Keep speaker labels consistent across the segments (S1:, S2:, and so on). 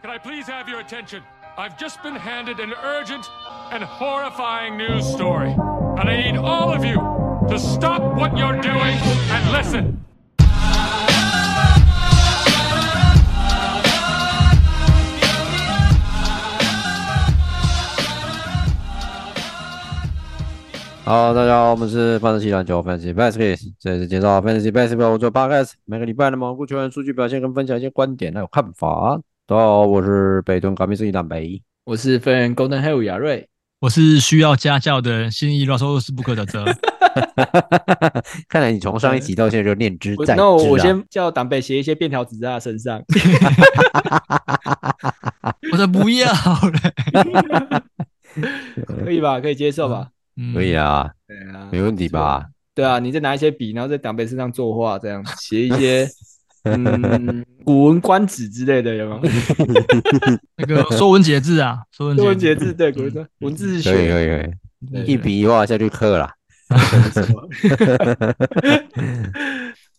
S1: can I please have your attention? I've just been handed an urgent and horrifying news story. And I need all of you to stop what you're doing and listen.
S2: 好，大家好，我们是范特西篮球 Fantasy Baskets，这里是介绍 Fantasy Basketball 我做 podcast，每个礼拜的蘑菇球员数据表现跟分享一些观点还有看法。大家好，我是北屯港密斯一南北。
S3: 我是飞人 Golden Hill 亚瑞，
S4: 我是需要家教的新意乱说是不可的责。
S2: 看来你从上一集到现在就念之
S3: 我
S2: 在之、啊。
S3: 那我先叫党北写一些便条纸在他身上，
S4: 我说不要 了，
S3: 可以吧？可以接受吧？
S4: 嗯
S2: 可以啊，
S3: 对啊，
S2: 没问题吧？
S3: 对啊，你再拿一些笔，然后在党北身上作画，这样写一 些嗯古文观止之类的，有没有？
S4: 那个《说文解字》 啊，《说文
S3: 多文
S4: 解
S3: 解
S4: 字》
S3: 字，对，古文文字
S2: 可以
S3: 学，
S2: 可以可
S3: 对
S2: 以，一笔一画下去刻啦。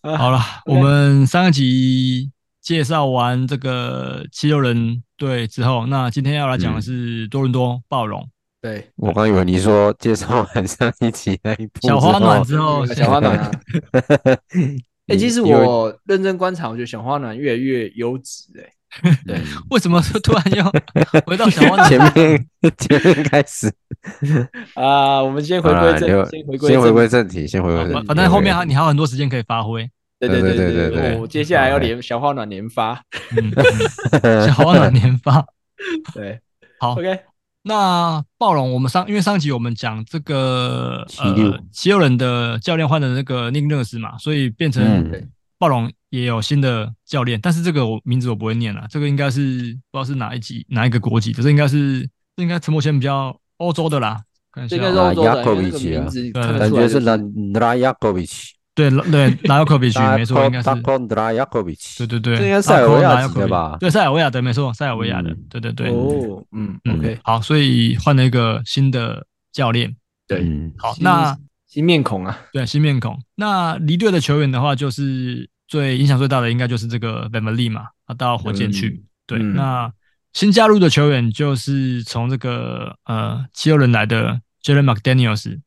S4: 好了，我们上一集介绍完这个七六人队之后，那今天要来讲的是多伦多暴龙、
S3: 对，
S2: 我刚以为你说介绍完上一集那一部
S4: 小花 暖之后，
S3: 小花暖啊。哎，
S2: 你
S3: 其实
S2: 因为
S3: 我认真观察，我觉得小花暖越来越优质，哎，
S2: 嗯
S4: 为什么突然又 回到小花暖？
S2: 前面前面开始，
S3: 啊，我们先回
S2: 好啦
S3: 归正
S2: 留，
S3: 先回归
S2: 先回
S3: 正
S2: 归正题，先回归正
S4: 反
S2: 题。
S4: 反正后面
S2: 回
S4: 还
S2: 归
S4: 你还有很多时间可以发挥。
S3: 对对
S2: 对对
S3: 对
S2: 对哎对
S3: 我接下来要
S2: 对
S3: 连小花暖连发，
S4: 嗯， 嗯小花暖连发。
S3: 对，
S4: 好
S3: ，OK，
S4: 那暴龙，我们上因为上集我们讲这个
S2: 七六
S4: 呃七六人的教练换了那个 Nick Nurse 嘛，所以变成
S2: 嗯
S3: 对
S4: 暴龙也有新的教练，但是这个我名字我不会念了，这个应该是不知道是哪一级哪一个国籍的，这应该是这应该陈柏谦比较欧洲的啦，看一下
S3: 这应该是
S2: 啊
S3: 欧洲的，因
S2: Yakovic
S3: 为那个名字看
S4: 啊
S3: 得
S2: 感觉
S3: 出来就是
S2: 是拉拉亚科维奇，
S4: 对 对，拉科比奇没错，应该是
S2: 达康拉亚科维奇。
S4: 对对对，
S2: 这应该塞尔维亚籍的吧
S4: Lakovic，对，塞尔维亚的没错，塞尔维亚的
S2: 嗯，
S4: 对对对，
S3: 哦，嗯
S2: 嗯
S3: ，OK，
S4: 好，所以换了一个新的教练，
S3: 对，
S2: 嗯，
S4: 好，
S3: 新
S4: 那。
S3: 新面孔啊，
S4: 对，新面孔。那离队的球员的话，就是最影响最大的，应该就是这个 v a m l y 嘛，他到火箭去。对，
S3: 嗯
S4: 那新加入的球员就是从这个呃七六人来的 Jalen McDaniels，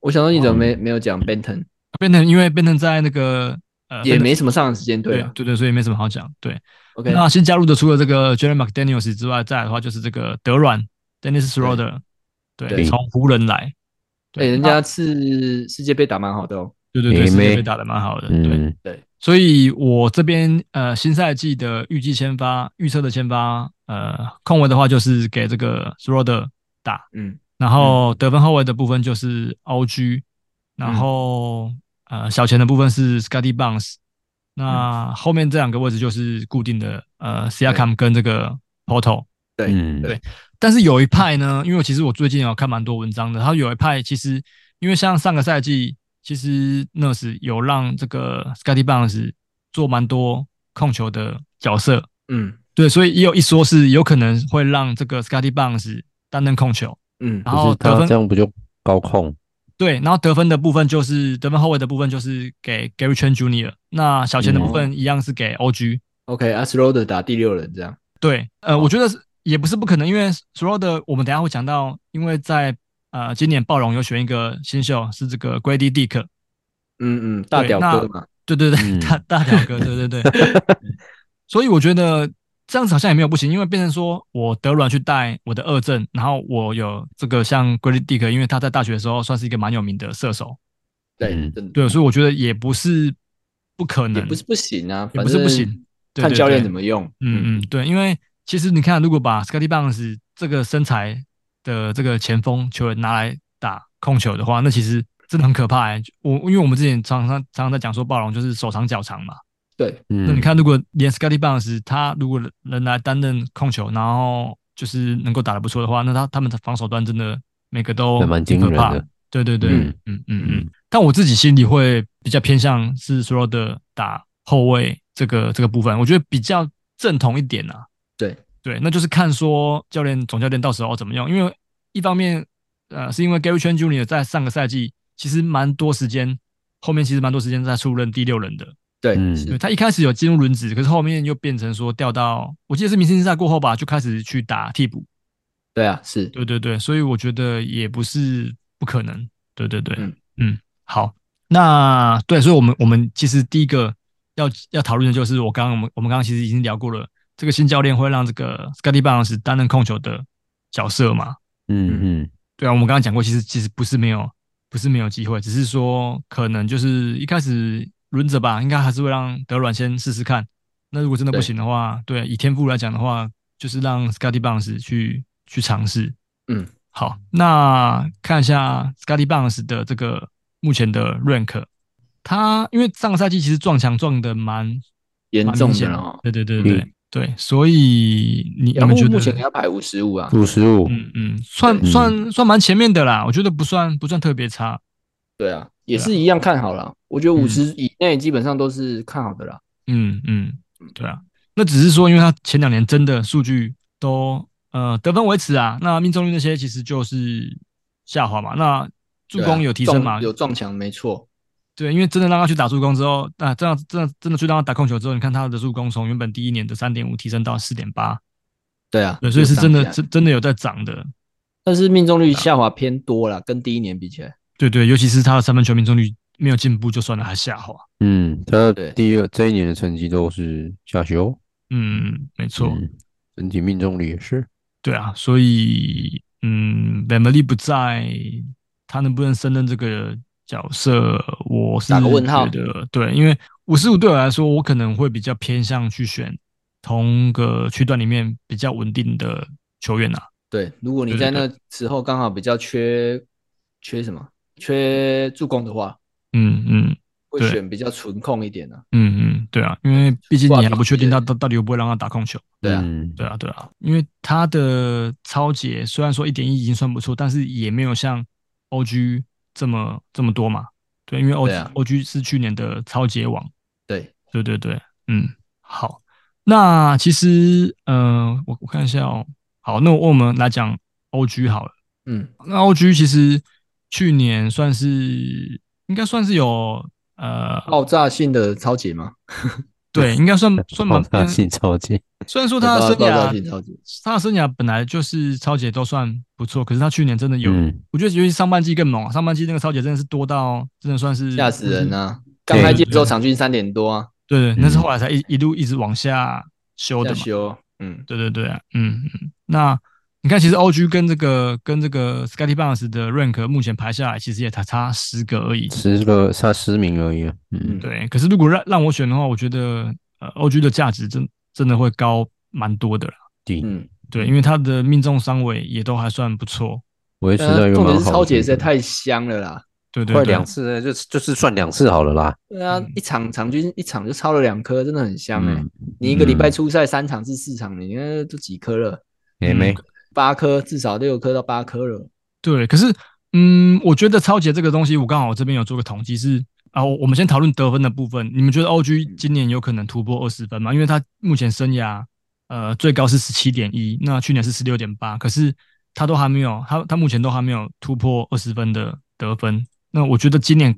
S3: 我想说你怎么没
S2: 哦
S3: 没有讲 Benton，
S4: 变成因为变成在那个呃
S3: 也
S4: Benton-
S3: 没什么上场时间，对
S4: 对
S3: 啊
S4: 对对，所以没什么好讲。对
S3: ，OK，哎
S4: 那新加入的除了这个 Jalen McDaniels 之外，再来的话就是这个德软 Dennis Schroeder，对，
S2: 对
S4: 从湖人来。
S3: 哎，人
S4: 那
S3: 家是世界杯打蛮好的哦，
S4: 对对对，
S2: 也
S4: 世界
S2: 没
S4: 杯打得蛮好的。对，
S2: 嗯，
S4: 所以我这边呃新赛季的预计先发预测的先发呃控卫的话就是给这个 s r o d e r 打，
S3: 嗯，
S4: 然后得分后卫的部分就是 OG，然后、呃小前的部分是 Scotty Barnes，那后面这两个位置就是固定的呃 Siakam 跟这个 Porto，
S3: 对
S2: 嗯
S3: 对
S4: 但是有一派呢，因为其实我最近有看蛮多文章的，然后有一派其实因为像上个赛季，其实 Nurse 有让这个 Scotty Barnes 做蛮多控球的角色，
S3: 嗯
S4: 对，所以也有一说是有可能会让这个 Scotty Barnes 担任控球，
S3: 嗯
S4: 然后
S2: 可是
S4: 得
S2: 他这
S4: 分
S2: 样不就高控？
S4: 对，然后得分的部分就是得分后卫的部分就是给 Gary Trent Jr.，那小前的部分一样是给 OG，、
S3: ，OK，阿斯罗德打第六人这样，
S4: 对，
S3: 哦
S4: 呃，我觉得是也不是不可能，因为所有的我们等一下会讲到，因为在呃今年暴龙有选一个新秀是这个 Grady Dick，
S3: 嗯嗯，大
S4: 对
S3: 屌
S4: 那
S3: 哥嘛，
S4: 对对对，
S2: 嗯
S4: 大大表哥，对 对对，所以我觉得这样子好像也没有不行，因为变成说我德软去带我的二阵，然后我有这个像 Grady Dick，因为他在大学的时候算是一个蛮有名的射手，
S3: 对，
S2: 嗯
S3: 真的
S4: 对，所以我觉得也不是不可
S3: 也
S4: 能，
S3: 不是不行啊，
S4: 也
S3: 反
S4: 不是
S3: 正
S4: 不行，对
S3: 看
S4: 对
S3: 教练
S4: 对
S3: 怎么用，
S4: 嗯嗯，对，因为其实你看，如果把 Scotty Barnes 这个身材的这个前锋球员拿来打控球的话，那其实真的很可怕、欸。我因为我们之前常常常常在讲说暴龙就是手长脚长嘛，
S3: 对，
S2: 嗯
S4: 那你，看如果连 Scotty Barnes 他如果能来担任控球，然后就是能够打得不错的话，那他他们的防守端真的每个都
S2: 那蛮惊
S4: 可
S2: 人
S4: 怕
S2: 的。
S4: 对对对，
S2: 嗯
S4: 嗯嗯嗯但我自己心里会比较偏向是说的打后卫这个这个部分，我觉得比较正统一点啊。
S3: 对
S4: 对，那就是看说教练总教练到时候怎么用，因为一方面呃是因为 Gary Trent Jr. 在上个赛季其实蛮多时间，后面其实蛮多时间在出任第六人的，
S3: 对，
S2: 嗯
S4: 对
S3: 是
S4: 他一开始有进入轮值，可是后面又变成说调到，我记得是明星赛过后吧，就开始去打替补。
S3: 对啊，是
S4: 对对对，所以我觉得也不是不可能。对对对，嗯
S3: 嗯
S4: 好，那对，所以我们我们其实第一个要要讨论的就是我刚刚我们我们刚刚其实已经聊过了，这个新教练会让这个 Scotty Barnes 担任控球的角色嘛？
S2: 嗯嗯
S4: 对啊，我们刚刚讲过，其实其实不是没有不是没有机会，只是说可能就是一开始轮着吧，应该还是会让德软先试试看。那如果真的不
S3: 对
S4: 行的话，对，啊以天赋来讲的话，就是让 Scotty Barnes 去去尝试。
S3: 嗯，
S4: 好，那看一下 Scotty Barnes 的这个目前的 rank，他因为上个赛季其实撞墙撞的蛮
S3: 严
S4: 蛮
S3: 重
S4: 明
S3: 的
S4: 显的
S3: 哦。
S4: 对对对对、对，所以你你
S3: 然
S4: 们
S3: 后
S4: 觉得
S3: 目前给他排五十五啊，
S2: 嗯，五十五，
S4: 嗯嗯，算
S2: 对
S4: 算算蛮前面的啦，我觉得不算不算特别差。
S3: 对啊，也是一样看好了。我觉得
S4: 嗯
S3: 五十以内基本上都是看好的啦。
S4: 嗯嗯，对啊，那只是说，因为他前两年真的数据都呃得分维持啊，那命中率那些其实就是下滑嘛，那助
S3: 对啊
S4: 攻有提升嘛
S3: 撞，有撞墙没错。
S4: 对，因为真的让他去打助攻之后，啊，这样真的真的去让他打控球之后，你看他的助攻从原本第一年的三点五提升到四点八，
S3: 对啊，
S4: 对，所以是啊
S3: 有
S4: 真的
S3: 涨起来
S4: 真真的有在涨的，
S3: 但是命中率下滑偏多啦，跟第一年比起来，
S4: 对对，尤其是他的三分球命中率没有进步就算了，还下滑，
S2: 嗯，他
S3: 对
S2: 第二这一年的成绩都是下修，
S4: 嗯，没错，
S2: 嗯，整体命中率也是，
S4: 对啊，所以嗯 v a m i l y 不在，他能不能胜任这个角色，我是
S3: 打个问号
S4: 觉得对，因为五十五对我来说，我可能会比较偏向去选同个区段里面比较稳定的球员啊。
S3: 对，如果你
S4: 对对
S3: 在那时候刚好比较缺缺什么，缺助攻的话，
S4: 嗯嗯
S3: 会
S4: 对
S3: 选比较纯控一点的、啊。
S4: 嗯嗯，对啊，因为毕竟
S3: 挂
S4: 你还
S3: 笔
S4: 不确
S3: 记
S4: 定他
S3: 的
S4: 到到底会不会让他打控球。
S3: 对啊，
S2: 嗯
S4: 对啊，对啊，因为他的超解虽然说一点一已经算不错，但是也没有像 OG 这么这么多嘛。对，因为 OG、
S3: 对啊
S4: OG 是去年的超解王。
S3: 对，
S4: 对对对，嗯，好。那其实，呃，我我看一下哦。好，那我们来讲 OG 好了。
S3: 嗯，
S4: 那 OG 其实去年算是应该算是有呃，
S3: 爆炸性的超解嘛，
S4: 对，应该算算蛮
S2: 爆炸性超级，
S4: 虽然说他的
S3: 爆
S4: 生
S3: 爆炸
S4: 涯
S3: 性超解，
S4: 他的生涯本来就是超姐都算不错，可是他去年真的有，
S2: 嗯，
S4: 我觉得尤其上半季更猛啊！上半季那个超姐真的是多到真的算是嗯
S3: 吓死人！啊！
S2: 对
S3: 刚开机的时候场均三点多啊，
S4: 对对，那是
S2: 嗯
S4: 后来才一一路一直往下修的
S3: 要
S4: 嘛。
S3: 修，嗯，
S4: 对对对啊，嗯嗯。那你看，其实 OG 跟这个跟这个 Scotty Barnes 的 rank 目前排下来，其实也才差十个而已。
S2: 十个差十名而已啊，嗯
S3: 嗯
S4: 对，可是如果让让我选的话，我觉得呃 OG 的价值真真的会高蛮多的啦。
S2: 第
S3: 嗯，
S4: 对，因为他的命中三围也都还算不错。
S2: 维持
S3: 但
S2: 到一
S3: 是
S2: 个
S3: 重
S2: 蛮好
S3: 点是
S2: 的
S3: 超解
S2: 水
S3: 实在
S2: 平
S3: 太香了啦。
S4: 对对
S2: 快
S4: 对
S2: 两，次啊了，就就是算两次好了啦，
S3: 对啊
S4: 嗯，
S3: 一场场均一场就超了两颗，真的很香哎、
S2: 嗯
S3: 你一个礼拜
S2: 嗯
S3: 出赛三场至四场，你那都几颗了？
S2: 也没
S4: 嗯
S3: 八颗，至少六颗到八颗了。
S4: 对，可是，嗯，我觉得超节这个东西，我刚好这边有做个统计是啊，我我们先讨论得分的部分。你们觉得 OG 今年有可能突破二十分吗？因为他目前生涯呃最高是十七点一，那去年是十六点八，可是他都还没有，他他目前都还没有突破二十分的得分。那我觉得今年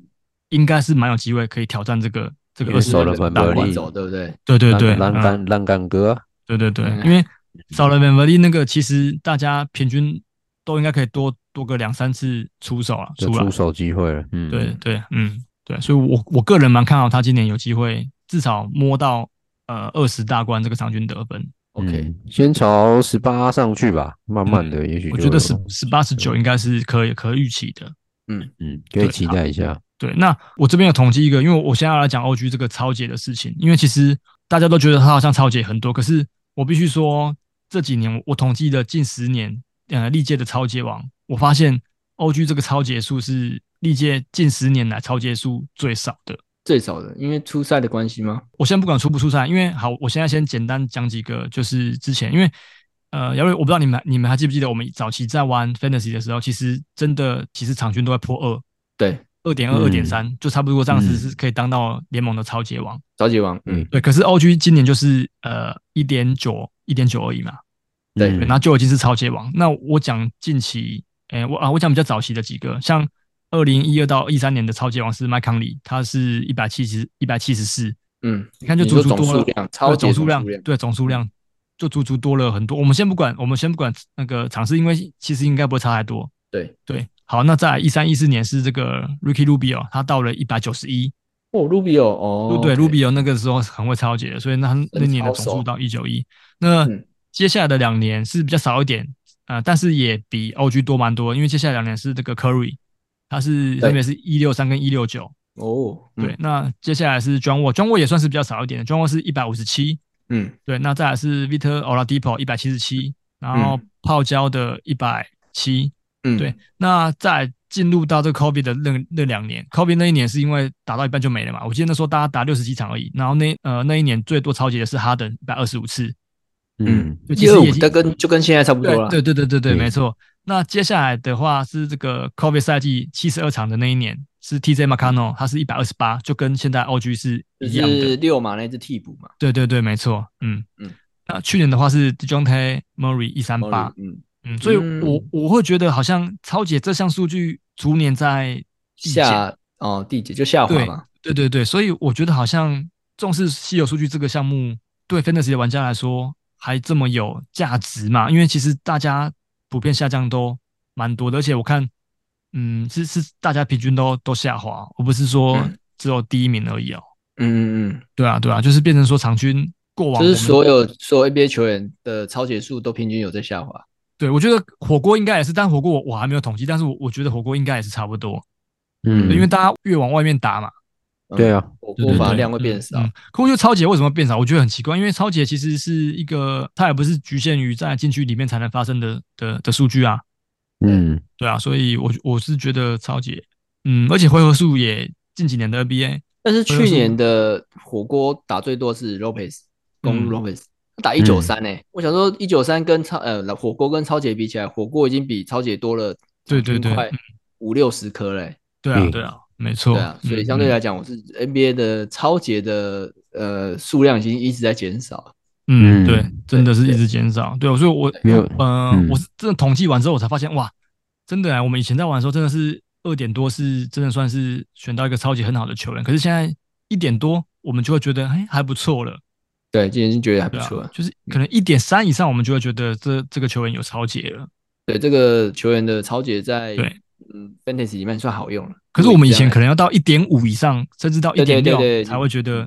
S4: 应该是蛮有机会可以挑战这个这个
S2: 因为
S4: 二十
S2: 少
S4: 分
S2: 了
S4: 的
S2: 本
S4: 大
S2: 伯
S3: 往
S4: 关。
S3: 外
S2: 利
S3: 走，对不对？
S4: 对对对，
S2: 烂
S4: 嗯
S2: 干烂干哥，啊
S4: 对对对，
S3: 嗯
S4: 因为少了 Van v l 那个，其实大家平均都应该可以多多个两三次出手啊，
S2: 就
S4: 出来
S2: 出。手机会了，嗯，
S4: 对对，嗯，对，所以我我个人蛮看好他今年有机会至少摸到呃二十大关这个场均得分。
S3: OK，
S2: 嗯先朝十八上去吧，慢慢的，也许
S4: 我
S2: 就
S4: 觉得
S2: 有
S4: 十十八十九应该是可以可预期的。
S2: 嗯，可以
S4: 对
S2: 期待一下，
S4: 对，那我这边有统计一个，因为我现在要来讲 OG 这个超解的事情，因为其实大家都觉得他好像超解很多，可是我必须说这几年我我统计的近十年，呃，历届的超解王，我发现 OG 这个超解数是历届近十年来超解数最少的。
S3: 最少的，因为出赛的关系吗？
S4: 我先不管出不出赛，因为好，我现在先简单讲几个，就是之前因为呃，姚瑞，我不知道你们你们还记不记得我们早期在玩 Fantasy 的时候，其实真的其实场均都在破二，
S3: 对，
S4: 二点
S3: 嗯
S4: 二、二点三，就差不多这样子是可以当到联盟的超级王。
S3: 超级王，嗯，
S4: 对，可是 OG 今年就是呃一点九、一点九而已嘛，
S3: 对
S2: 嗯
S4: 对，那就已经是超级王。那我讲近期，诶、我啊，我讲比较早期的几个，像二零一二到一三年的超级王是麦康利，他是一百七十一百七十四，
S3: 嗯，
S4: 你看就
S3: 你
S4: 足
S3: 说
S4: 足
S3: 总
S4: 多
S3: 数
S4: 了
S3: 量，超
S4: 对
S3: 级
S4: 总数量
S3: 总数量，
S4: 对总数量就足足多了很多。我们先不管，我们先不管那个场次，因为其实应该不会差太多。
S3: 对
S4: 对，好，那在一三一四年是这个 Ricky Rubio，他到了一百九十一，
S3: 哦，Rubio，哦，
S4: 对
S3: OK
S4: Rubio 那个时候很会超节的，所以那他那年的总数到一九一。那
S3: 嗯
S4: 接下来的两年是比较少一点，呃，但是也比 OG 多蛮多，因为接下来两年是这个 Curry，他是
S3: 对
S4: 分别是一六三跟一六九。
S3: 哦，嗯
S4: 对，，那接下来是 John Wall，John Wall 也算是比较少一点的，John Wall 是一百五十七，
S3: 嗯，
S4: 对，那再来是 Victor Oladipo 一百七十七，然后泡椒的一百七，
S3: 嗯，
S4: 对，，那再进入到这个 Kobe 的那那两年，Kobe 那一年是因为打到一半就没了嘛，我记得那时候大家打六十几场而已，然后那呃那一年最多超级的是哈登一百二十五次，
S2: 嗯
S4: 就其
S3: 一
S4: 实
S3: 二五
S4: 也是
S3: 的跟就跟现在差不多了，
S4: 对对对对对，
S2: 嗯
S4: 没错。那接下来的话是这个 Kobe 赛季七十二场的那一年是 TJ McConnell，他是一百二十八，就跟现在 OG 是一
S3: 就
S4: 样的
S3: 是。六嘛，那只替补嘛，
S4: 对对对，没错，嗯
S3: 嗯。
S4: 那去年的话是 Dejounte Murray 一三八，
S3: 嗯，
S4: 嗯，所以我
S3: 嗯
S4: 我会觉得好像超姐这项数据逐年在递减
S3: 下哦，地姐就下滑
S4: 对
S3: 嘛，
S4: 对对对，所以我觉得好像重视稀有数据这个项目，对 Fantasy 的玩家来说还这么有价值嘛？因为其实大家普遍下降都蛮多的，而且我看，嗯，是是大家平均都都下滑，而不是说
S3: 嗯
S4: 只有第一名而已哦。
S3: 嗯嗯嗯，
S4: 对啊，对啊，就是变成说场均过往
S3: 就
S4: 我
S3: 是
S4: 们
S3: 所有所有 NBA 球员的超节数都平均有在下滑，
S4: 对，我觉得火锅应该也是，但火锅我我还没有统计，但是我我觉得火锅应该也是差不多，
S2: 嗯，
S4: 因为大家越往外面打嘛，
S3: 嗯
S2: 对，啊，
S3: 火
S4: 对
S3: 锅
S4: 对
S3: 反而
S4: 对
S3: 量会变少
S4: 嗯，，可我觉得超姐为什么变少？我觉得很奇怪，因为超姐其实是一个，它也不是局限于在禁区里面才能发生的的的数据啊，
S2: 嗯
S4: 对啊，所以我我是觉得超姐，嗯，而且回合数也近几年的 NBA，
S3: 但是
S4: 或者
S3: 去
S4: 啊是
S3: 年的火锅打最多是 Lopez，
S4: 嗯
S3: 公路 Lopez，、他打一
S2: 嗯
S3: 九三呢。我想说一九三跟超呃火锅跟超姐比起来，火锅已经比超姐多了，
S4: 对对对
S3: 快
S4: 嗯
S3: 五六十颗嘞。
S4: 对啊
S2: 嗯
S4: 对啊，没错，嗯
S3: 对啊，所以相对来讲，我是 NBA 的超姐的呃数量已经一直在减少。
S4: 嗯，嗯
S2: 嗯
S4: 对
S2: 对，
S4: 真的是一直减少，对，啊所以我
S2: 没有
S4: 呃，
S2: 嗯
S4: 我是真的统计完之后，我才发现哇，真的啊，我们以前在玩的时候，真的是二点多是真的算是选到一个超级很好的球员，可是现在一点多，我们就会觉得哎还不错了。
S3: 对，今年觉得还不
S4: 对
S3: 错
S4: 啊。，就是可能一点三以上，我们就会觉得这这个球员有超解了。
S3: 对这个球员的超姐在
S4: 对
S3: 嗯 Fantasy 里面算好用了。
S4: 可是我们以前可能要到一点五以上，甚至到一
S3: 对对
S4: 点
S3: 对
S4: 六
S3: 对嗯
S4: 才会觉得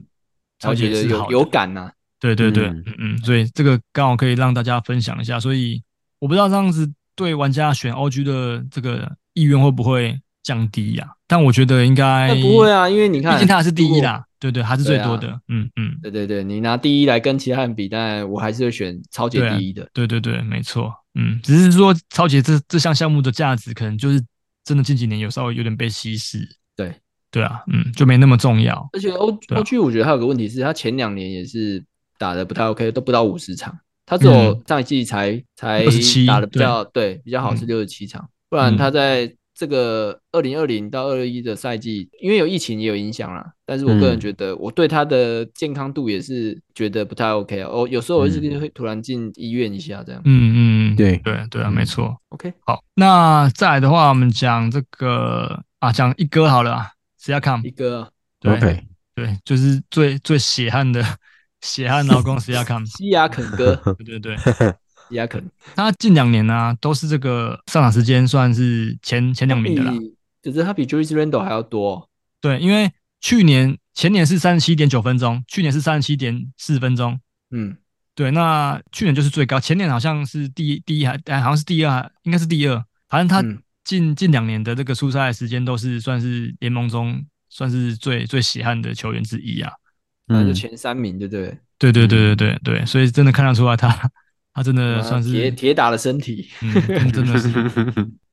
S3: 超
S4: 超
S3: 姐
S4: 解
S3: 的
S4: 是
S3: 有
S4: 好
S3: 有
S4: 的。
S3: 感呐、
S4: 对对对，
S2: 嗯
S4: 嗯嗯，所以这个刚好可以让大家分享一下。所以我不知道这样子对玩家选 OG 的这个意愿会不会降低呀、但我觉得应该
S3: 那不会，啊，因为你看，啊
S4: 毕竟他还是第
S3: 如
S4: 一
S3: 果
S4: 啦。对对，还是最多的。嗯嗯，
S3: 对对对，你拿第一来跟其他人比，当然我还是会选超级
S4: 对啊
S3: 第一的。
S4: 对对对，没错。嗯，只是说超解这这项项目的价值，可能就是真的近几年有稍微有点被稀释。
S3: 对
S4: 对啊，嗯，就没那么重要。
S3: 而且 O
S4: 对啊
S3: O G，我觉得还有个问题是，他前两年也是打的不太 OK，都不到五十场，他只有
S4: 嗯
S3: 上一季才、才
S4: 27
S3: 打的比较对比较好
S4: 嗯
S3: 是六十七场，不然他在这个二零二零到二一的赛季，因为有疫情也有影响啦。但是我个人
S2: 嗯
S3: 觉得，我对他的健康度也是觉得不太 OK 啊。哦，有时候我是
S2: 嗯
S3: 会突然进医院一下这样。
S4: 嗯嗯，
S2: 对
S4: 对对啊，没错。
S3: OK，
S4: 好，那再来的话，我们讲这个啊，讲一哥好了啊，谁要看
S3: 一？个
S4: 对
S2: ，OK，
S4: 对，就是最最血汗的血汗劳工谁要看？
S3: 西雅肯哥，
S4: 对对对，
S3: 西雅肯
S4: 他近两年呢、啊都是这个上场时间算是前前两名的啦。
S3: 比，可是他比 Julius Randle 还要多哦、
S4: 对，因为去年前年是三十七点九分钟，去年是三十七点四分钟。
S3: 嗯，
S4: 对，那去年就是最高，前年好像是第一第一还哎好像是第二，应该是第二。反正他
S3: 嗯
S4: 近、近两年的这个出赛时间都是算是联盟中算是最最血汗的球员之一啊。
S3: 那就
S2: 嗯
S3: 前三名，对不对？
S4: 对对对对对对，所以真的看得出来他他真的
S3: 啊
S4: 算
S3: 铁
S4: 是
S3: 铁打的身体，
S4: 嗯真真的是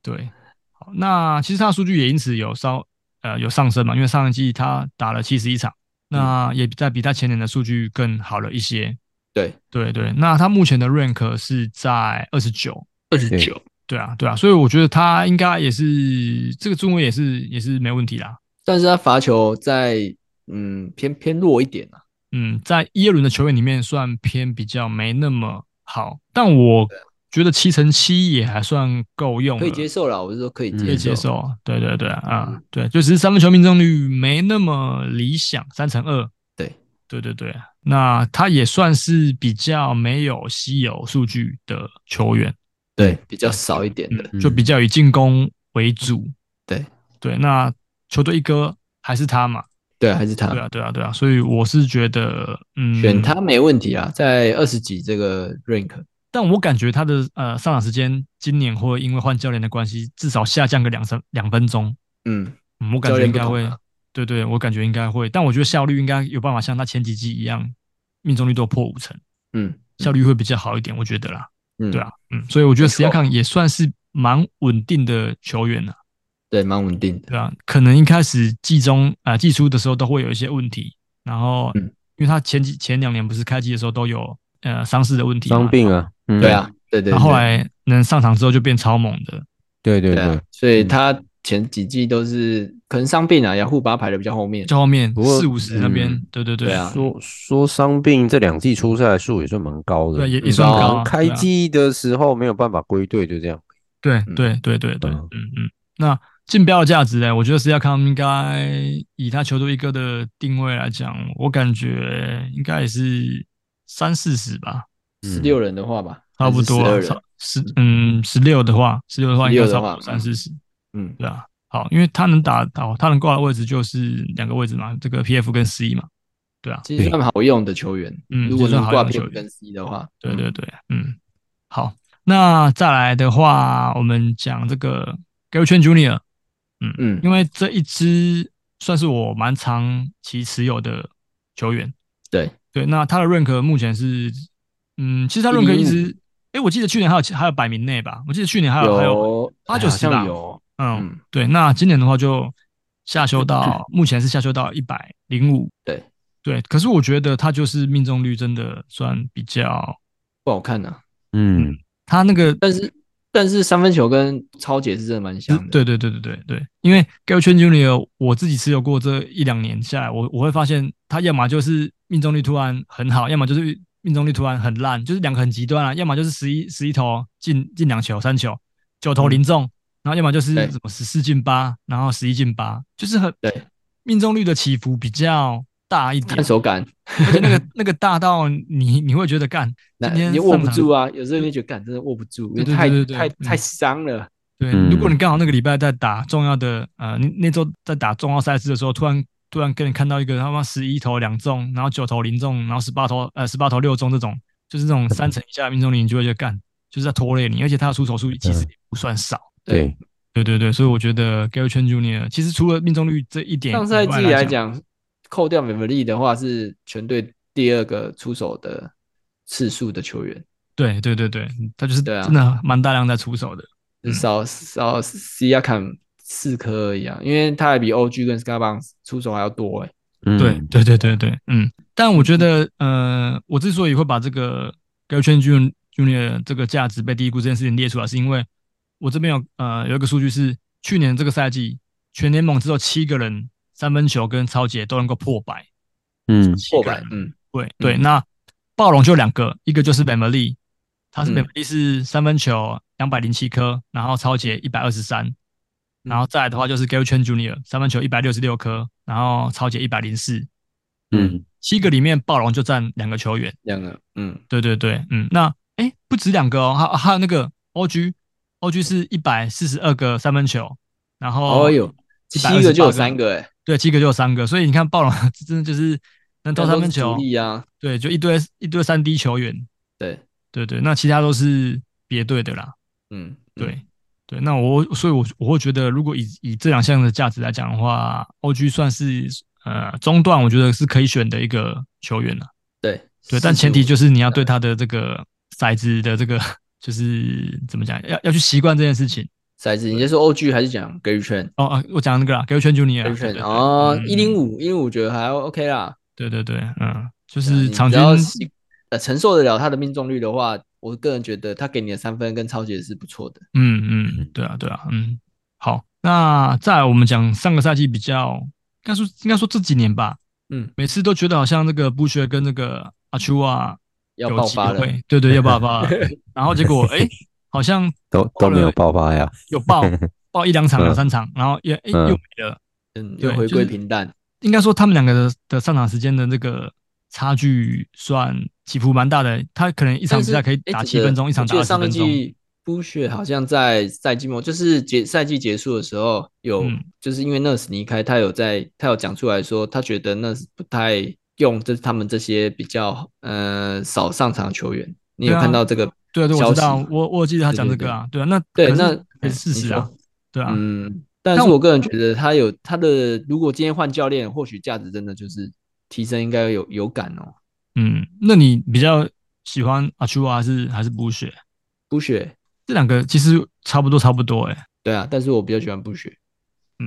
S4: 对。好，那其实他的数据也因此有稍呃有上升嘛，因为
S3: 嗯
S4: 上一季他打了七十一场，那也比在比他前年的数据更好了一些。
S3: 对，
S4: 对对，那他目前的 rank 是在二十九，
S3: 二十
S2: 对
S3: 九。
S4: 对啊对啊，所以我觉得他应该也是这个中文也是也是没问题啦。
S3: 但是他罚球在嗯偏偏弱一点啊，
S4: 嗯，在一二轮的球员里面算偏比较没那么好，但我觉得七乘七也还算够用了，
S3: 可以接受啦，我是说可以
S2: 嗯
S4: 嗯可以
S3: 接
S4: 接
S3: 受。
S4: 受啊。对对对啊，
S3: 嗯
S4: 对，就只是三分球命中率没那么理想，三乘二。
S3: 对
S4: 对对对，那他也算是比较没有稀有数据的球员，
S3: 对，比较少一点的。嗯
S4: 就比较以进攻为主。
S3: 对
S4: 对，那球队一哥还是他嘛？
S3: 对，还是他
S4: 对啊对啊对啊，所以我是觉得，嗯，
S3: 选他没问题啊，在二十几这个 rank，
S4: 但我感觉他的呃上场时间今年会因为换教练的关系，至少下降个两三两分钟。
S3: 嗯，
S4: 嗯，我感
S3: 教
S4: 觉
S3: 练
S4: 应
S3: 不
S4: 该
S3: 同
S4: 会
S3: 啊，
S4: 对对，我感觉应该会，但我觉得效率应该有办法像他前几季一样，命中率都破五成，
S3: 嗯，
S4: 效率会比较好一点，我觉得啦。
S3: 嗯，
S4: 对啊，嗯，所以我觉得
S3: 没
S4: 史亚
S3: 错
S4: 康也算是蛮稳定的球员了、
S3: 对，蛮稳定的，
S4: 对啊，可能一开始季中啊、呃季初的时候都会有一些问题，然后、
S3: 嗯
S4: 因为他前几前两年不是开季的时候都有呃伤势的问题嘛，
S2: 伤病啊，嗯
S3: 对，啊，对对。
S4: 然后后
S3: 对
S4: 来能上场之后就变超猛的，
S2: 对对
S3: 对啊，所以他前几季都是可能伤病啊，雅虎把他排的比较后面。
S4: 就后面
S2: 不过
S4: 四五十那边，
S2: 嗯
S4: 对对对
S3: 对啊
S2: 说说伤病这两季出赛数也算蛮高的，
S4: 对也也
S3: 嗯
S4: 算
S3: 高啊
S4: 高
S2: 刚
S4: 啊，
S2: 开
S4: 对啊
S2: 机的时候没有办法归队，就这样。
S4: 对
S3: 嗯
S4: 对对对对，
S2: 嗯
S4: 嗯嗯。那竞标的价值呢？我觉得斯亚康应该以他球队一哥的定位来讲，我感觉应该也是三四十吧，
S2: 嗯
S3: 十六人的话吧，
S4: 差不多
S3: 还
S4: 啊
S3: 是12人
S4: 差十嗯十六的话，十六的话应该差不多
S3: 16的话
S4: 三四十，
S3: 嗯，
S4: 对啊。好，因为他能打到他能挂的位置就是两个位置嘛，这个 PF 跟 C 嘛，对啊，
S3: 其实算好用的球员。
S4: 嗯
S3: 如果
S4: 其实算
S3: 能
S4: 好
S3: 挂
S4: 用的
S3: P
S4: 球员
S3: 跟 C 的话，
S4: 对对对，嗯，好，那再来的话，我们讲这个 Gary Trent Jr.
S3: 嗯，
S4: 因为这一支算是我蛮长期持有的球员。
S3: 对
S4: 对，那他的认可目前是，嗯，其实他认可一直，诶，我记得去年还有还有百名内吧，我记得去年还有还有，
S3: 有
S4: 八
S3: 好
S4: 九十吧
S3: 像有，
S4: 嗯，
S3: 嗯，
S4: 对。那今年的话就下修到目前是下修到一百零五，
S3: 对
S4: 对。可是我觉得他就是命中率真的算比较，
S3: 不好看呐。
S2: 嗯，
S4: 他那个
S3: 但是但是三分球跟超姐是真的蛮像的。
S4: 对对对对对对，因为 Gary Trent Jr. 我自己持有过这一两年下来，我我会发现他要么就是命中率突然很好，要么就是命中率突然很烂，就是两个很极端啊，要么就是十一十一投进进两球三球，九投零中，然后要么就是
S3: 嗯对
S4: 什么十四进八，然后十一进八，就是很
S3: 对
S4: 命中率的起伏比较大 一点
S3: 看，手感，
S4: 而且那个那个大到你你会觉得干
S3: 那
S4: 今天
S3: 你握
S4: 上
S3: 不
S4: 场
S3: 住啊，有时候你会觉得干真的握不住，因
S4: 对
S3: 为
S4: 对
S3: 太
S4: 对对
S3: 太
S4: 嗯
S3: 太伤了。
S4: 对，
S2: 嗯
S4: 如果你刚好那个礼拜在打重要的，呃，那那周在打重要赛事的时候，突然突然跟你看到一个他妈十一投两中，然后九投零中，然后十八投呃十八投六中这种，就是这种三成以下的命中率，你就会觉得干就是在拖累你，而且他的出手数
S3: 嗯
S4: 其实也不算少。
S2: 对，
S4: 对对对，所以我觉得 Gary Trent Jr. 其实除了命中率这一点以外来
S3: 上赛
S4: 讲，
S3: 季来讲，扣掉 m e v l y 的话，是全队第二个出手的次数的球员，
S4: 对对对对，他就是
S3: 对啊
S4: 真的蛮大量在出手的。嗯
S3: 少少 C 亚坎四颗而已啊，因为他还比 OG 跟 s c a r b o n s 出手还要多哎、
S2: 嗯
S4: 对对对对对，嗯。但我觉得，
S3: 嗯
S4: 呃，我之所以会把这个 Gary Trent Jun- Junior 这个价值被低估这件事情列出来，是因为我这边有呃有一个数据是去年这个赛季全联盟只有七个人三分球跟超姐都能够破百，
S2: 嗯
S4: 七
S3: 破
S4: 个
S3: 百
S4: 人，
S3: 嗯，
S4: 对对，那暴龙就两个，一个就是 b e m e l y 他是
S3: 嗯
S4: b e m e l y 是三分球两百零七颗，然后超杰一百二十
S3: 嗯
S4: 三，然后再来的话就是 Gary Trent Junior 三分球一百六十六颗，然后超杰一百零四，
S2: 嗯
S4: 七个里面暴龙就占两个球员，
S3: 两个，嗯，
S4: 对对对，嗯，那诶不止两个哦，还还有那个 OG，OG 是一百四十二个三分球，然后
S3: 哦哟，七
S4: 128
S3: 个就有三个哎、
S4: 对七个就有三个，所以你看暴龙 真的就是能投
S3: 但
S4: 三
S3: 都
S4: 分
S3: 是主
S4: 球，
S3: 力啊，
S4: 对，就一堆一堆三 D 球员，
S3: 对，
S4: 对对，那其他都是别队的啦。
S3: 嗯，
S4: 对、对，那我所以我，我会觉得，如果以以这两项的价值来讲的话，OG 算是呃中段，我觉得是可以选的一个球员了。
S3: 对
S4: 对，但前提就是是你要对他的这个骰子的这个就是怎么讲，要要去习惯这件事情。
S3: 骰子，你是说 OG 还是讲 Gary Trent？Gary
S4: 哦啊，我讲那个啦，Gary Trent Jr. 啊
S3: Trent
S4: 哦
S3: 哦，一零五一零五觉得还 OK 啦，
S4: 对对对，嗯，就
S3: 对啊
S4: 是
S3: 你
S4: 场
S3: 只
S4: 均
S3: 要习呃承受得了他的命中率的话，我个人觉得他给你的三分跟超级是不错的。
S4: 嗯嗯，对啊对啊，嗯，好，那再来我们讲上个赛季比较，应该说应该说这几年吧，
S3: 嗯，
S4: 每次都觉得好像那个布学跟那个阿丘啊
S3: 要
S4: 有
S3: 爆
S4: 机
S3: 发了，
S4: 会，对对，要爆发了， 然后结果哎、好像
S2: 都都没有爆发呀。
S4: 有 爆爆一两场
S2: 嗯
S4: 两三场，然后也哎、又
S2: 嗯
S4: 没了，
S3: 嗯，
S4: 对
S3: 又回
S4: 就是
S3: 归平淡。
S4: 应该说他们两个的的上场时间的那个差距算起伏蛮大的，他可能一场
S3: 但
S4: 比
S3: 是
S4: 赛可以
S3: 诶
S4: 打
S3: 记
S4: 七
S3: 得
S4: 分钟，一场打
S3: 我
S4: 二
S3: 记得
S4: 十
S3: 上
S4: 分
S3: 一
S4: 钟，
S3: 季布雪好像在赛季末，就是结赛季结束的时候有，
S4: 嗯
S3: 就是因为 Nurse 离开，他有在他有讲出来说，他觉得 Nurse 不太用，就是他们这些比较呃少上场的球员。你有
S4: 对啊
S3: 看到这个？
S4: 对啊对，我
S3: 消
S4: 知道
S3: 息，
S4: 我我记得他讲这个啊，对啊，那
S3: 对，
S4: 可是
S3: 那
S4: 可
S3: 哎
S4: 是事
S3: 你
S4: 实啊
S3: 说，
S4: 对啊，
S3: 嗯，
S4: 但
S3: 但是
S4: 我
S3: 我个人觉得他有他的，如果今天换教练，或许价值真的就是提升，应该有有感哦。
S4: 嗯，那你比较喜欢阿丘啊，还是还是补血？
S3: 布雪，
S4: 这两个其实差不多，差不多诶、
S3: 对啊，但是我比较喜欢布雪。
S4: 嗯，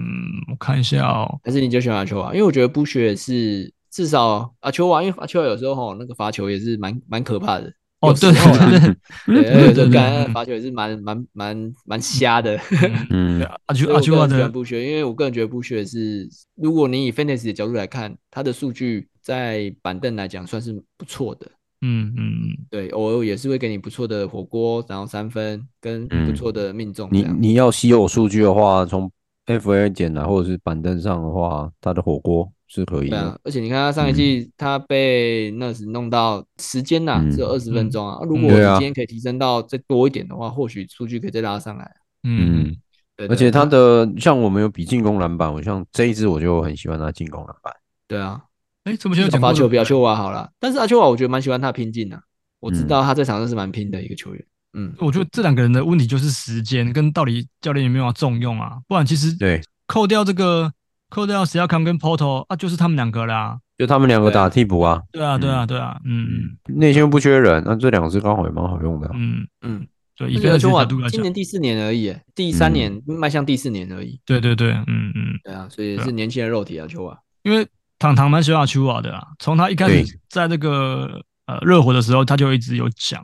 S4: 我看一下哦，
S3: 还是你就喜欢阿丘啊瓦？因为我觉得布雪是至少阿丘瓦，因为阿丘瓦有时候吼那个罚球也是蛮蛮可怕的。
S4: 哦，
S3: 有时
S4: 对
S3: 候
S4: 对
S3: 啊
S4: 对 对，
S3: 对，而且有时
S4: 对对对
S3: 候干
S4: 嗯
S3: 罚球也是蛮蛮蛮蛮瞎的。
S4: 嗯对
S2: 嗯，
S4: 啊阿丘
S3: 所以
S4: 阿
S3: 我
S4: 丘
S3: 个
S4: 啊
S3: 人喜
S4: 的
S3: 欢布雪，因为我个人觉得布雪是，如果你以 fantasy 的角度来看，他的数据在板凳来讲算是不错的。
S4: 嗯嗯嗯，
S3: 对，偶尔也是会给你不错的火锅，然后三分跟不
S2: 嗯
S3: 错的命中这
S2: 你
S3: 样。
S2: 你要稀有数据的话，从 FA 捡来或者是板凳上的话，他的火锅是可以
S3: 对啊
S2: 的。，
S3: 而且你看他上一季他被 Nurse 弄到时间呐、
S2: 嗯
S3: 只有二十分钟啊。啊如
S4: 嗯
S3: 果
S2: 对
S3: 你
S2: 啊
S3: 今天可以提升到再多一点的话，或许数据可以再拉上来。
S4: 嗯，
S2: 嗯，
S3: 对
S2: 而
S3: 对
S2: 且他
S3: 那
S2: 的像我们有比进攻篮板，我像这一支我就很喜欢他进攻篮板。
S3: 对啊，
S4: 哎，怎么就有讲过
S3: 罚球
S4: 了
S3: 比阿丘瓦好啦，但是阿丘瓦我觉得蛮喜欢他的拼劲的、我知
S2: 嗯
S3: 道他在场上是蛮拼的一个球员。嗯，
S4: 我觉得这两个人的问题就是时间跟到底教练有没有要重用啊，不然其实
S2: 对，
S4: 扣掉这个扣掉史亚康跟 Porto 啊，就是他们两个啦。
S2: 就他们两个
S3: 对啊
S2: 打替补啊，
S4: 对啊，对啊，
S2: 嗯
S4: 对啊，嗯
S2: 内线又不缺人，那这两支刚好也蛮好用的啊。
S4: 嗯，
S3: 嗯，
S4: 对，以这
S3: 而且阿
S4: 个角
S3: 丘瓦
S4: 度来
S3: 今
S4: 讲，
S3: 年第四年而已耶，第三年、迈向第四年而已。
S4: 对对对，嗯嗯，
S3: 对啊，所以
S4: 对啊
S3: 是年轻的肉体阿丘瓦。
S4: 因为糖糖蛮喜欢阿丘瓦的啦，从他一开始
S2: 对
S4: 在那个呃热火的时候，他就一直有讲，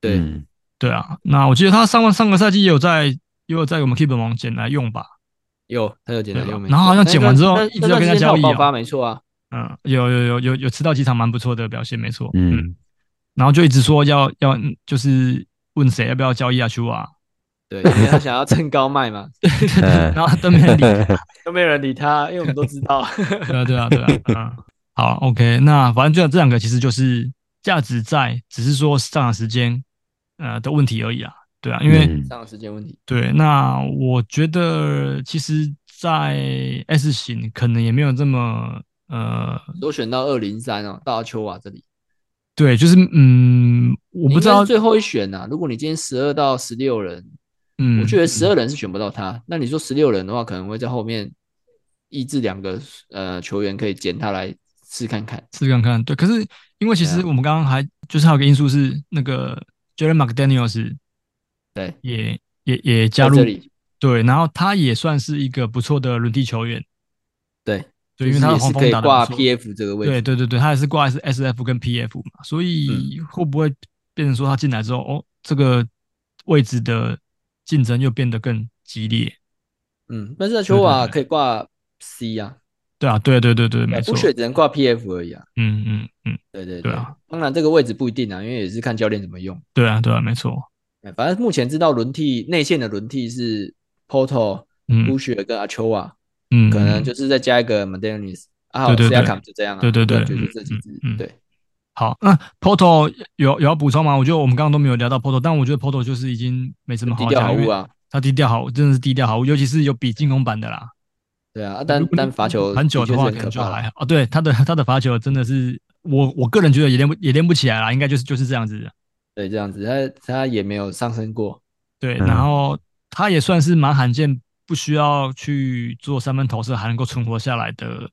S3: 对，
S2: 嗯
S4: 对啊，那我记得他上上个赛季也有在也有在我们 Keep 网捡来用吧，
S3: 有他有捡到
S4: 对啊
S3: 有没错？
S4: 然后好像
S3: 那
S4: 捡完之后
S3: 那
S4: 一直
S3: 那
S4: 要
S3: 段
S4: 跟
S3: 时
S4: 他
S3: 间
S4: 交
S3: 有
S4: 易
S3: 爆
S4: 啊
S3: 发没错啊。
S4: 嗯，有有有有有吃到几场蛮不错的表现，没错，嗯，
S2: 嗯，
S4: 然后就一直说要要嗯就是问谁要不要交易阿啊丘瓦，
S3: 对，因为他想要趁高卖嘛，
S2: 哎
S4: 然后他都没人
S3: 嗯
S4: 理他，
S3: 都没有人理他，因为我们都知 道。
S4: 对啊，对啊，对啊，嗯，好，OK，那反正这这两个其实就是价值在，只是说上场时间呃的问题而已啊，对啊，因为、
S2: 嗯
S3: 上场时间问题，
S4: 对，那我觉得其实，在 S 型可能也没有这么呃，
S3: 都选到二零三哦，到丘瓦这里，
S4: 对，就是嗯，我不知
S3: 应该
S4: 道
S3: 是，最后一选呐、啊如果你今天十二到十六人，
S4: 嗯，
S3: 我觉得十二人是选不到他。那你说十六人的话，可能会在后面抑制两个呃球员可以捡他来试看看。
S4: 试看看，对，可是因为其实
S3: 对啊
S4: 我们刚刚还就是还有个因素是那个 Jalen McDaniels
S3: 对，
S4: 也也也加入
S3: 在这里，
S4: 对，然后他也算是一个不错的轮替球员，
S3: 对，
S4: 对，因为
S3: 就是
S4: 他的
S3: 也
S4: 黄
S3: 是可
S4: 蜂
S3: 以
S4: 打
S3: 挂
S4: 的不错。
S3: PF 这个位
S4: 对
S3: 置。
S4: 对对对，他也是挂 S S F 跟 P F 嘛，所以
S3: 嗯
S4: 会不会变成说他进来之后，哦，这个位置的竞争又变得更激烈？
S3: 嗯，但是在丘
S4: 对
S3: 瓦
S4: 对对
S3: 可以挂 C 啊，
S4: 对啊，对对对对，没错
S3: 补，血只能挂 PF 而已啊。
S4: 嗯嗯嗯，
S3: 对对
S4: 对啊，
S3: 当然这个位置不一定啊，因为也是看教练怎么用。
S4: 对啊对啊，没错，
S3: 哎反正目前知道轮替内线的轮替是 Porto、
S4: 嗯
S3: 布雪跟阿丘瓦，
S4: 嗯，
S3: 可能
S4: 嗯
S3: 就是再加一个 m a d e n i s 啊，
S4: 对对
S3: 斯亚
S4: 对
S3: 卡就这样啊，
S4: 对对对
S3: 就
S4: 嗯
S3: 是这几支
S4: 嗯嗯，
S3: 对，
S4: 好。那 Porto 有有要补充吗？我觉得我们刚刚都没有聊到 Porto，但我觉得 Porto 就是已经没什么
S3: 低
S4: 好
S3: 调
S4: 讲，
S3: 好
S4: 因
S3: 物
S4: 为
S3: 啊，
S4: 他低调好，真的是低调好物，尤其是有比进攻版的啦。
S3: 对啊，啊但
S4: 如果你
S3: 但罚球
S4: 很久
S3: 的确
S4: 的
S3: 是
S4: 话，
S3: 很
S4: 可能
S3: 可
S4: 就
S3: 怕
S4: 还
S3: 啊，
S4: 好。哦，对，他的他的罚球真的是，我我个人觉得也练不也练不起来啦，应该就是就是这样子。
S3: 对，这样子，他他也没有上升过，
S4: 对，
S2: 嗯
S4: 然后他也算是蛮罕见，不需要去做三分投射还能够存活下来的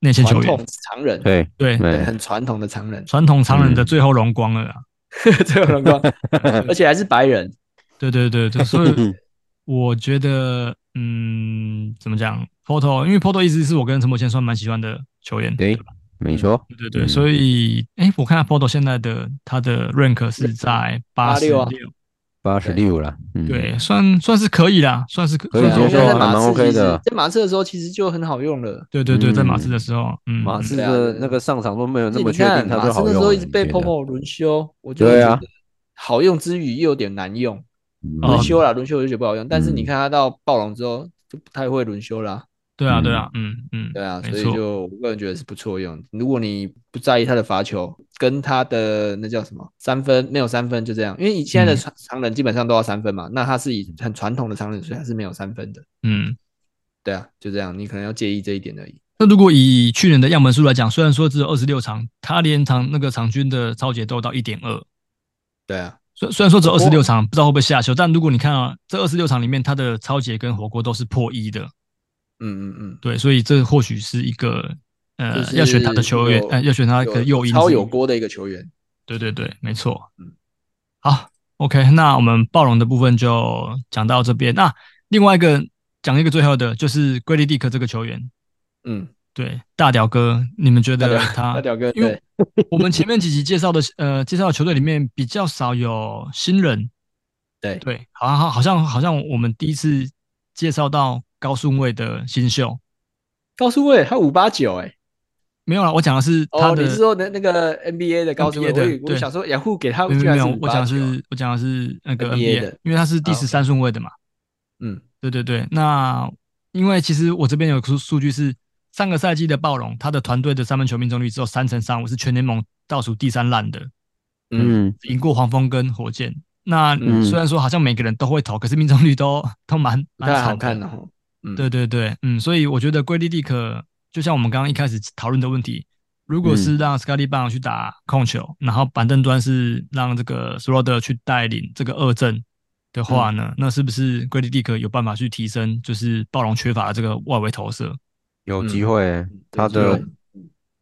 S4: 内线球
S3: 传
S4: 员
S3: 统。常人，
S2: 对，
S4: 对，
S3: 对，
S2: 对
S3: 很传统的常人，
S4: 传统常人的
S2: 嗯
S4: 最后荣光了啦。
S3: 这个人光，而且还是 白人，
S4: 对对对对，所以我觉得，嗯，怎么讲，Porto，因为 Porto 一直是我跟陈柏谦算蛮喜欢的球员，
S2: 对
S4: 吧
S2: 没错，
S4: 对对对，
S2: 嗯
S4: 所以哎，我看下 Porto 现在的他的 rank 是在八十
S3: 86
S4: 六
S3: 啊，
S2: 八十六了，嗯，
S4: 对，算算是可以啦，算是可
S2: 可以
S4: 算是
S2: 接受
S3: 在
S2: 啊
S4: 啦
S2: 蛮
S3: 马刺
S2: OK
S3: 其实
S2: 的
S3: 在马刺的时候其实就很好用了。
S4: 对对对，在马刺
S2: 嗯
S4: 的时候，嗯，
S2: 马刺
S3: 对啊
S2: 的
S3: 对
S2: 那个上场都没有那
S3: 你
S2: 么确
S3: 看
S2: 定，他
S3: 马
S2: 就
S3: 刺
S2: 好
S3: 那
S2: 用了。
S3: 时候一直被
S2: 你觉得
S3: Popo 轮休，我觉得
S2: 对啊
S3: 好用之余又有点难用。
S2: 嗯
S4: 哦
S3: 轮休啦，轮休我就觉得不好用，但是你
S2: 嗯
S3: 看他到暴龙之后就不太会轮休啦。
S4: 对啊对啊，嗯嗯，
S3: 对啊，
S4: 没
S3: 所以
S4: 错
S3: 就我个人觉得是不错用。如果你不在意他的罚球，跟他的那叫什么三分没有三分就这样，因为以现
S4: 嗯
S3: 在的常常人基本上都要三分嘛，那他是以很传统的常人，所以他是没有三分的。
S4: 嗯。
S3: 对啊，就这样，你可能要介意这一点而已。
S4: 那如果以去年的样本数来讲，虽然说只有二十六场，他连场那个场均的超节都到一点二，
S3: 对啊，
S4: 虽虽然说只有二十六场，不知道会不会下修，但如果你看啊，这二十六场里面，他的超节跟火锅都是破一的，
S3: 嗯嗯嗯。
S4: 对，所以这或许是一个呃、
S3: 就是
S4: 要选他的球员
S3: 有，
S4: 呃要选他的
S3: 有
S4: 诱因之一，
S3: 超有锅的一个球员。
S4: 对对对，没错。
S3: 嗯
S4: 好，OK，那我们暴龙的部分就讲到这边。那另外一个讲一个最后的，就是圭利蒂克这个球员，
S3: 嗯，
S4: 对大屌哥，你们觉
S3: 大
S4: 得
S3: 屌
S4: 他
S3: 大屌哥，
S4: 因为
S3: 对，
S4: 我们前面几集介绍的，呃，介绍的球队里面比较少有新人，
S3: 对
S4: 对，好像好像好像我们第一次介绍到高顺位的新秀，
S3: 高顺位他五八九哎，
S4: 没有啦，我讲的是他
S3: 哦，
S4: 的，
S3: 你是说那那个 NBA 的高顺
S4: NBA 的
S3: 位？我以
S4: 对
S3: 我想说雅虎给他
S4: 没有
S3: 居
S4: 没有
S3: 然
S4: 没
S3: 是
S4: 有，我讲的
S3: 589，
S4: 是我讲的是那个
S3: NBA
S4: NBA，
S3: 的
S4: 因为他是第
S3: 啊
S4: 十三顺位的嘛，
S3: 嗯
S4: 对对对，那因为其实我这边有数数据是上个赛季的暴龙，他的团队的三分球命中率只有三成三五，是全联盟倒数第三烂的，
S3: 嗯，
S2: 嗯，
S4: 赢过黄蜂跟火箭。那
S3: 嗯
S4: 虽然说好像每个人都会投，可是命中率都都蛮
S3: 不
S4: 蛮
S3: 太好
S4: 惨
S3: 看
S4: 的。
S3: 哦。嗯，
S4: 对对对，嗯，所以我觉得龟利蒂可就像我们刚刚一开始讨论的问题，如果
S2: 嗯
S4: 是让 Scotty b o w n 去打控球，然后板凳端是让这个 s r o d e r 去带领这个二阵的话呢，
S2: 嗯
S4: 那是不是龟利蒂可有办法去提升就是暴龙缺乏的这个外围投射？
S2: 有
S3: 嗯
S2: 机会欸
S3: 嗯，
S2: 他
S3: 有机会
S2: 的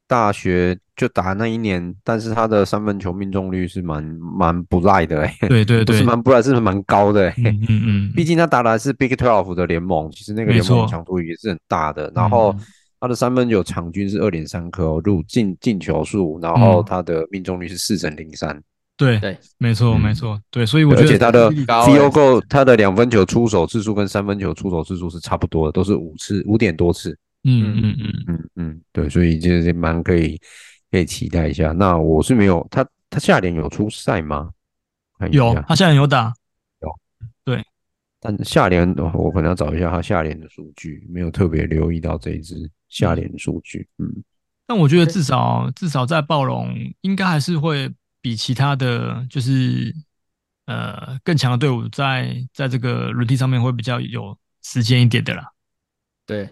S2: 大学就打那一年，但是他的三分球命中率是蛮蛮不赖的 哎，
S4: 对对
S2: 不
S4: 对，
S2: 是蛮不赖，是蛮高的哎。
S4: 嗯嗯
S2: 毕竟他打的还是 Big Twelve 的联盟，其实那个
S4: 没
S2: 联盟
S4: 错
S2: 强度也是很大的。然后
S4: 嗯
S2: 他的三分球场均是二点三颗哦，入进进球数，然后
S4: 嗯
S2: 他的命中率是四成零三，
S4: 对
S3: 对，
S4: 没错
S2: 嗯
S4: 没错，对，所以我觉
S2: 而
S4: 得
S2: 且他的
S4: Goody
S3: 高
S2: f i
S3: 欸
S2: o g o 他的两分球出手次数跟三分球出手次数是差不多的，都是五次五点多次。
S4: 嗯嗯嗯
S2: 嗯嗯，对，所以这是蛮可以可以期待一下。那我是没有他，他下联有出赛吗？看一
S4: 有
S2: 下，
S4: 他现在有打，
S2: 但下联哦我可能要找一下他下联的数据，没有特别留意到这一支下联数据。嗯，
S4: 但我觉得至少至少在暴龙应该还是会比其他的就是呃更强的队伍在在这个轮替上面会比较有时间一点的啦。
S3: 对，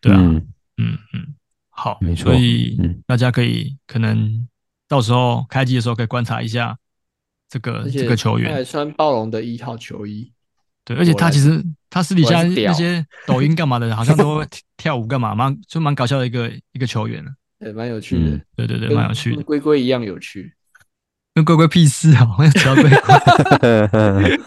S4: 对啊，
S2: 嗯
S4: 嗯嗯，好，
S2: 没错
S4: 所以
S2: 嗯
S4: 大家可以可能到时候开机的时候可以观察一下这个
S3: 而且
S4: 这个球
S3: 他还
S4: 员，
S3: 穿暴龙的一号球衣，
S4: 对，而且
S3: 果
S4: 他
S3: 然
S4: 其实他私底
S3: 果
S4: 下
S3: 然是屌
S4: 那 些抖音干嘛的，好像都会跳舞干嘛，蛮就蛮搞笑的一个一个球员了。啊
S3: 对，蛮有趣的
S2: 嗯，
S4: 对对对，
S3: 跟
S4: 蛮有趣的
S3: 跟，龟龟一样有趣。
S4: 跟龟龟屁事啊！ 我要聊龟龟。
S2: 嗯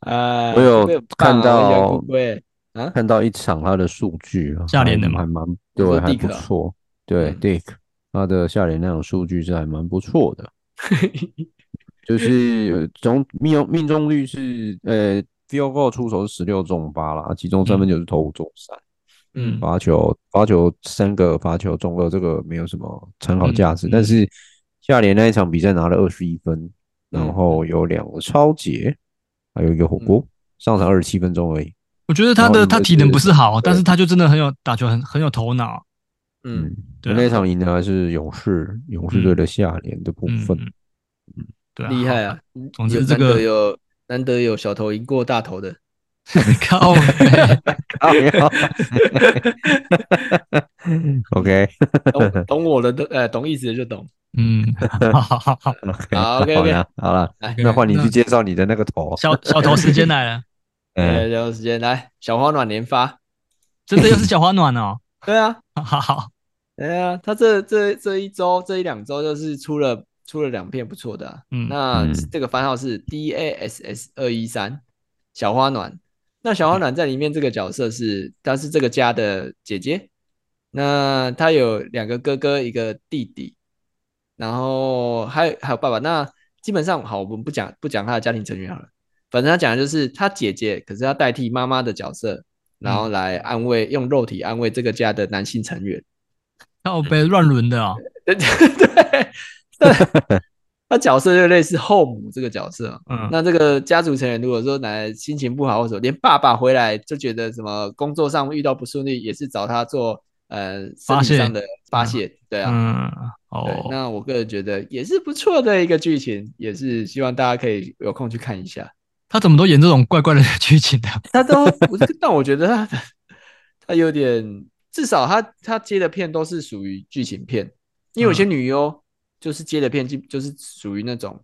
S3: 啊，
S2: 我有
S3: 龟很棒啊
S2: 看到
S3: 我喜欢龟龟，
S2: 看到一场他的数据啊，
S4: 下联的
S2: 还
S4: 吗
S2: 还蛮
S3: 你
S2: 对，
S3: 说
S2: 还
S3: Dick
S2: 不
S3: 啊
S2: 错。对
S3: 嗯
S2: ，Dick 他的下联那种数据是还蛮不错的。就是呃总命中命中率是呃 field goal 出手是十六中八啦，其中三分球是投五中三，
S4: 嗯
S2: 罚球罚球三个罚球中二，这个没有什么参考价值。
S4: 嗯嗯
S2: 但是下联那一场比赛拿了二十一分，然
S3: 嗯
S2: 后有两个超节，还有一个火
S4: 嗯
S2: 锅，上场二十七分钟而已。
S4: 我觉得他
S2: 然后
S4: 的
S2: 你
S4: 他
S2: 就
S4: 体能
S2: 是
S4: 不是好，
S2: 对
S4: 但是他就真的很有打球很，很有头脑。
S3: 嗯，
S4: 对啊
S2: 那场赢的还是勇士，勇士队的下联的部
S4: 嗯，
S2: 分。
S4: 嗯对啊，
S3: 厉害
S4: 好
S3: 啊
S4: 吧！！总之
S3: 有
S4: 这个
S3: 难得有难得有小头赢过大 头的，
S4: 靠北，
S2: 哎 OK
S3: 懂懂我的都呃懂意思的 就懂。
S4: 嗯，好好好好，
S2: OK，
S3: 好，OK，OK
S2: 好了好了，
S3: 来，
S2: 那换你去介绍你的那个头。
S4: 小小头时间来了，
S2: 嗯
S3: 呃，然后时间来小花暖连发，
S4: 真的又是小花暖 哦，
S3: 对啊，
S4: 好好好，
S3: 对啊，他这这这一周这一两周就是出了出了两片不错的啊、
S4: 嗯
S3: 那
S2: 嗯
S3: 这个番号是 D A S S 二一三小花暖。那小花暖在里面这个角色是，她是这个家的姐姐，那他有两个哥哥，一个弟弟，然后还有还有爸爸。那基本上好，我们不讲不讲他的家庭成员好了，反正他讲的就是他姐姐，可是他代替妈妈的角色，然后来安慰，用肉体安慰这个家的男性成员。
S4: 靠背乱伦的啊，
S3: 对对， 他角色就类似后母这个角色啊。
S4: 嗯，
S3: 那这个家族成员如果说奶奶心情不好，或者连爸爸回来就觉得什么工作上遇到不顺利，也是找他做呃身
S4: 发泄
S3: 体上的发泄，对啊。
S4: 嗯，
S3: 对，
S4: 哦，
S3: 那我个人觉得也是不错的一个剧情，也是希望大家可以有空去看一下。
S4: 他怎么都演这种怪怪的剧情的？
S3: 他都，我这个但我觉得他他有点，至少他他接的片都是属于剧情片，因
S4: 嗯
S3: 为有些女优就是接的片就就是属于那种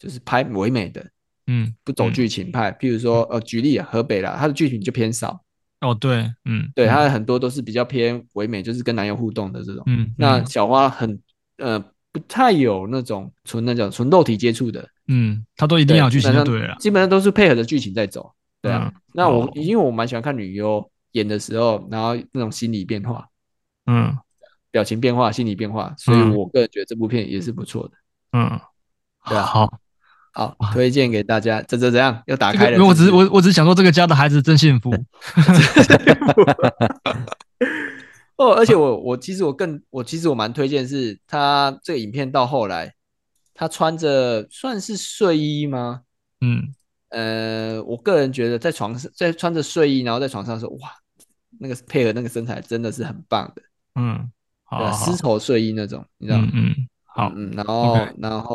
S3: 就是拍唯美的，
S4: 嗯，
S3: 不走
S4: 嗯
S3: 剧情派。譬如说，呃，举例啊，河北啦，他的剧情就偏少，
S4: 哦，对，嗯，嗯
S3: 对，他很多都是比较偏唯美，就是跟男友互动的这种。
S4: 嗯，
S3: 那
S4: 嗯
S3: 小花很呃不太有那种纯那种纯肉体接触的，
S4: 嗯，他都一定要有剧情就
S3: 基
S4: 对了
S3: 本上，基本上都是配合着剧情在走。对啊，那我、
S4: 哦
S3: 因为我蛮喜欢看女优演的时候，然后那种心理变化、
S4: 嗯
S3: 表情变化、心理变化，所以
S4: 嗯
S3: 我个人觉得这部片也是不错的。
S4: 嗯，
S3: 对啊
S4: 好，
S3: 好，推荐给大家。这这怎样？又打
S4: 这个
S3: 开了
S4: 因为我只是
S3: 不
S4: 我我只是想说这个家的孩子真幸福，
S3: 哦，而且我我其实我更我其实我蛮推荐是他这个影片到后来，他穿着算是睡衣吗？
S4: 嗯，
S3: 呃，我个人觉得在床上在穿着睡衣，然后在床上的时候，哇，那个配合那个身材真的是很棒的。
S4: 嗯，好
S3: 对啊，
S4: 好
S3: 丝绸睡衣那种，你知道
S4: 嗯
S3: 吗？
S4: 嗯，好，
S3: 嗯，然后
S4: OK
S3: 然后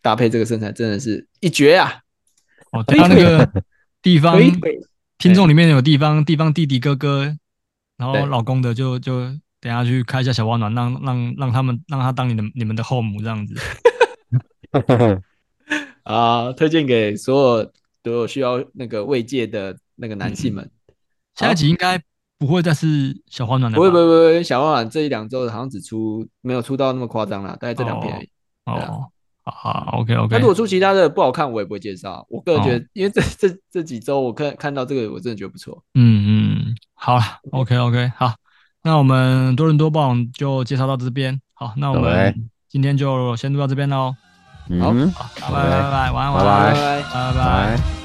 S3: 搭配这个身材，真的是一绝啊！
S4: 哦，对他那个地方
S3: 可以，可以
S4: 听众里面有地方地方弟弟哥哥，然后
S3: 对
S4: 老公的就就等一下去开一下小温暖，让让让他们让他当你的你们的后母这样子。
S3: 啊，推荐给所有都有需要那个慰藉的那个男
S4: 嗯
S3: 性们。
S4: 下一集应该不会再是小花暖的
S3: 不
S4: 吧，
S3: 会不会不会，小万这一两周好像只出没有出到那么夸张啦，大概这两篇而已。对啊
S4: 哦，好好，OK
S3: 那
S4: OK，
S3: 如果出其他的不好看，我也不会介绍。啊我个人觉
S4: 哦
S3: 得，因为这这这几周我看看到这个，我真的觉得不错。
S4: 嗯嗯，好了，OK OK，好，那我们多伦多棒就介绍到这边，好，那我
S2: 对
S4: 们今天就先录到这边喽，
S2: 嗯，
S3: 好
S2: 拜
S4: 好，拜拜拜拜，晚安晚
S2: 拜
S4: 安，
S3: 拜
S4: 拜
S3: 拜
S4: 拜。
S2: 拜。